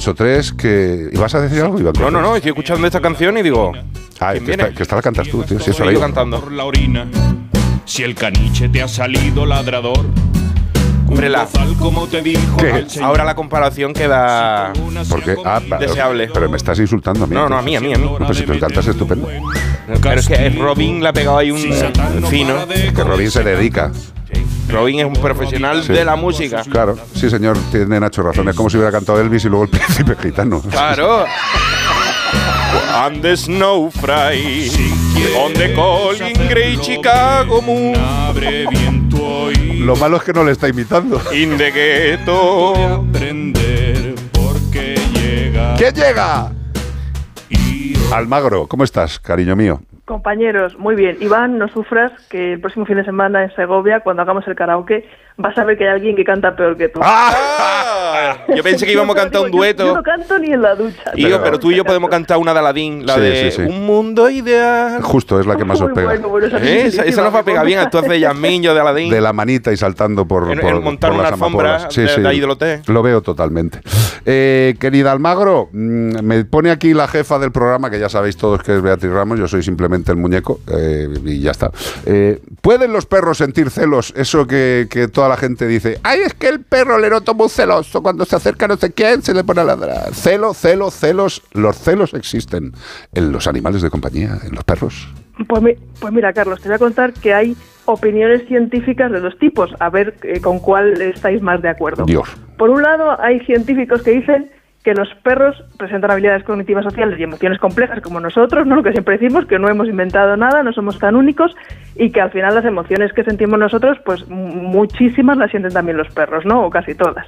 83 que... ¿Y vas a decir algo, Iván? No, no, no, estoy escuchando esta canción y digo. Ah, que, ¿quién viene? está, que esta la cantas tú, tío. Si eso Soy la yo digo. cantando. por la orina. Si el caniche te ha salido ladrador, Hombre, la- tal como te dijo ¿Qué? el señor, Ahora la comparación queda. con una se ha Porque, ah, comido vale, Deseable. Pero me estás insultando a mí. No, no, a entonces. mí, a mí, a mí. Pues si tú cantas estupendo. Pero es que Robin le ha pegado ahí un Satán no fino. para de Que Robin se dedica. Robin es un profesional Sí. de la música. Claro, sí, señor, tiene Nacho razón. Es como si hubiera cantado Elvis y luego el príncipe gitano. Claro. And the snow fry on the Colin Grey Chicago moon Abre bien tu oído Lo malo es que no le está imitando. in the ghetto. aprender porque llega ¿Quién llega? y Almagro, ¿cómo estás, cariño mío? Compañeros, muy bien. Iván, no sufras que el próximo fin de semana en Segovia, cuando hagamos el karaoke, vas a ver que hay alguien que canta peor que tú. Ah, yo pensé que íbamos a Yo cantar un te lo digo, yo- Yo, dueto. no canto ni en la ducha. Y yo, pero tú y yo podemos cantar una de Aladín, la Sí, de sí, sí. Un mundo ideal. Justo, es la que más os Uy, pega. bueno, bueno, esa ¿Eh? es Esa, esa nos va a pegar bien. dificilísima. Entonces, Yasmín, yo de Aladín. De la manita y saltando por, En- por, en montar por una las alfombra amapolas. de- de ahí del hotel. Lo veo totalmente. Eh, querida Almagro, mm, me pone aquí la jefa del programa, que ya sabéis todos que es Beatriz Ramos, yo soy simplemente el muñeco eh, y ya está. Eh, ¿Pueden los perros sentir celos? Eso que, que toda la gente dice, ay, es que el perro le noto muy celoso, cuando se acerca no sé quién se le pone a ladrar. Celo, celo, celos, los celos existen en los animales de compañía, en los perros. Pues, mi- pues mira, Carlos, te voy a contar que hay opiniones científicas de dos tipos. A ver eh, con cuál estáis más de acuerdo. Dios. Por un lado, hay científicos que dicen que los perros presentan habilidades cognitivas sociales y emociones complejas como nosotros, ¿no? Lo que siempre decimos, que no hemos inventado nada, no somos tan únicos y que al final las emociones que sentimos nosotros, pues m- muchísimas las sienten también los perros, ¿no? O casi todas.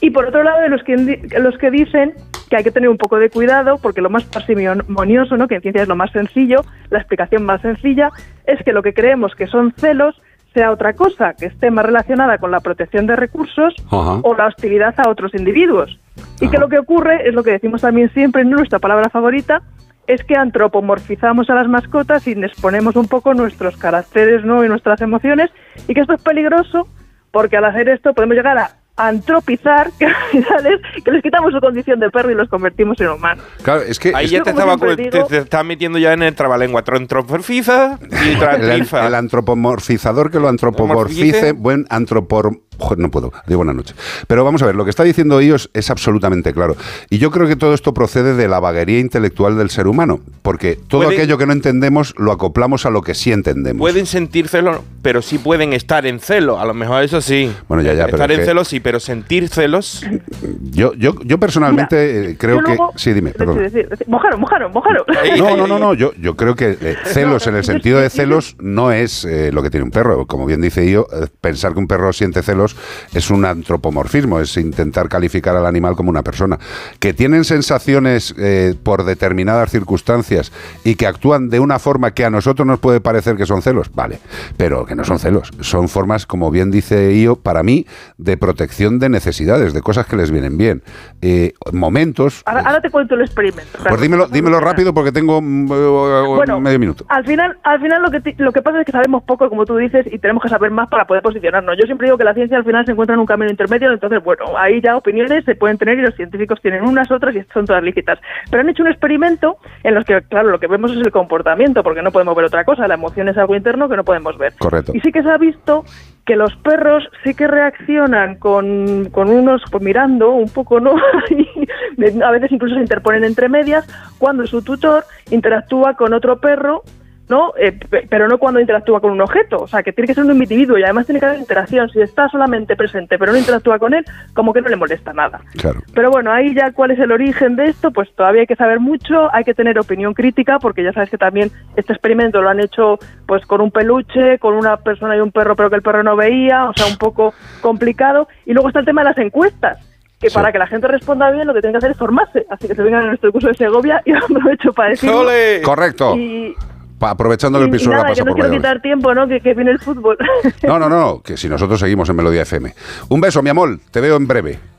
Y por otro lado, los que, indi- los que dicen que hay que tener un poco de cuidado, porque lo más parsimonioso, ¿no? que en ciencia es lo más sencillo, la explicación más sencilla, es que lo que creemos que son celos sea otra cosa, que esté más relacionada con la protección de recursos Ajá. o la hostilidad a otros individuos. Y que lo que ocurre es lo que decimos también siempre en nuestra palabra favorita, es que antropomorfizamos a las mascotas y les ponemos un poco nuestros caracteres ¿no? y nuestras emociones, y que esto es peligroso porque al hacer esto podemos llegar a antropizar, que al final es que les quitamos su condición de perro y los convertimos en humanos. Claro, es que... Ahí es ya te, que como estaba, siempre te, digo- te estás metiendo ya en el trabalengua. Trontrofiza y El, trantifa. el antropomorfizador que lo antropomorfice, Amorfice. buen antropor... Joder, no puedo, de buena noche. Pero vamos a ver, lo que está diciendo ellos es absolutamente claro. Y yo creo que todo esto procede de la vaguería intelectual del ser humano, porque todo Puede- aquello que no entendemos lo acoplamos a lo que sí entendemos. Pueden sentir celos, pero sí pueden estar en celo. A lo mejor eso sí. Bueno, ya, ya, pero Estar es en que- celos sí, pero sentir celos. Yo, yo, yo personalmente Mira, eh, creo yo luego- que... Sí, dime, decir, perdón. decir, decir, mojaron, mojaron, mojaron. Ahí, No, ahí, no, no, ahí. no. Yo, yo creo que eh, celos en el sentido de celos no es eh, lo que tiene un perro. Como bien dice yo, eh, pensar que un perro siente celos es un antropomorfismo, es intentar calificar al animal como una persona. Que tienen sensaciones eh, por determinadas circunstancias y que actúan de una forma que a nosotros nos puede parecer que son celos, vale. Pero que no son celos. Son formas, como bien dice yo, para mí, de protección de necesidades, de cosas que les vienen bien. Eh, momentos. Ahora, eh, ahora te cuento el experimento. pues dímelo, dímelo rápido porque tengo mm, eh, Bueno, medio minuto. Al final, al final lo, que ti- lo que pasa es que sabemos poco, como tú dices, y tenemos que saber más para poder posicionarnos. Yo siempre digo que la ciencia al final se encuentra en un camino intermedio, entonces, bueno, ahí ya opiniones se pueden tener y los científicos tienen unas, otras y son todas lícitas. Pero han hecho un experimento en los que, claro, lo que vemos es el comportamiento, porque no podemos ver otra cosa. La emoción es algo interno que no podemos ver. Correcto. Y sí que se ha visto que los perros sí que reaccionan con, con unos, pues mirando un poco, ¿no? Y a veces incluso se interponen entre medias cuando su tutor interactúa con otro perro, ¿no? Eh, pe- pero no cuando interactúa con un objeto. O sea, que tiene que ser un individuo y además tiene que haber interacción. Si está solamente presente pero no interactúa con él, como que no le molesta nada. Claro. Pero bueno, ahí ya cuál es el origen de esto, pues todavía hay que saber mucho, hay que tener opinión crítica, porque ya sabes que también este experimento lo han hecho pues con un peluche, con una persona y un perro, pero que el perro no veía, o sea, un poco complicado. Y luego está el tema de las encuestas, que Sí. para que la gente responda bien lo que tienen que hacer es formarse. Así que se vengan a nuestro curso de Segovia y aprovecho para decir... ¡Ole! Correcto. Eh, Y, Pa- aprovechando que y- el y piso nada, pasa que no por quiero Valladolid. quitar tiempo, ¿no? Que, que viene el fútbol. No, no, no, que si nosotros seguimos en Melodía FM. Un beso, mi amor. Te veo en breve.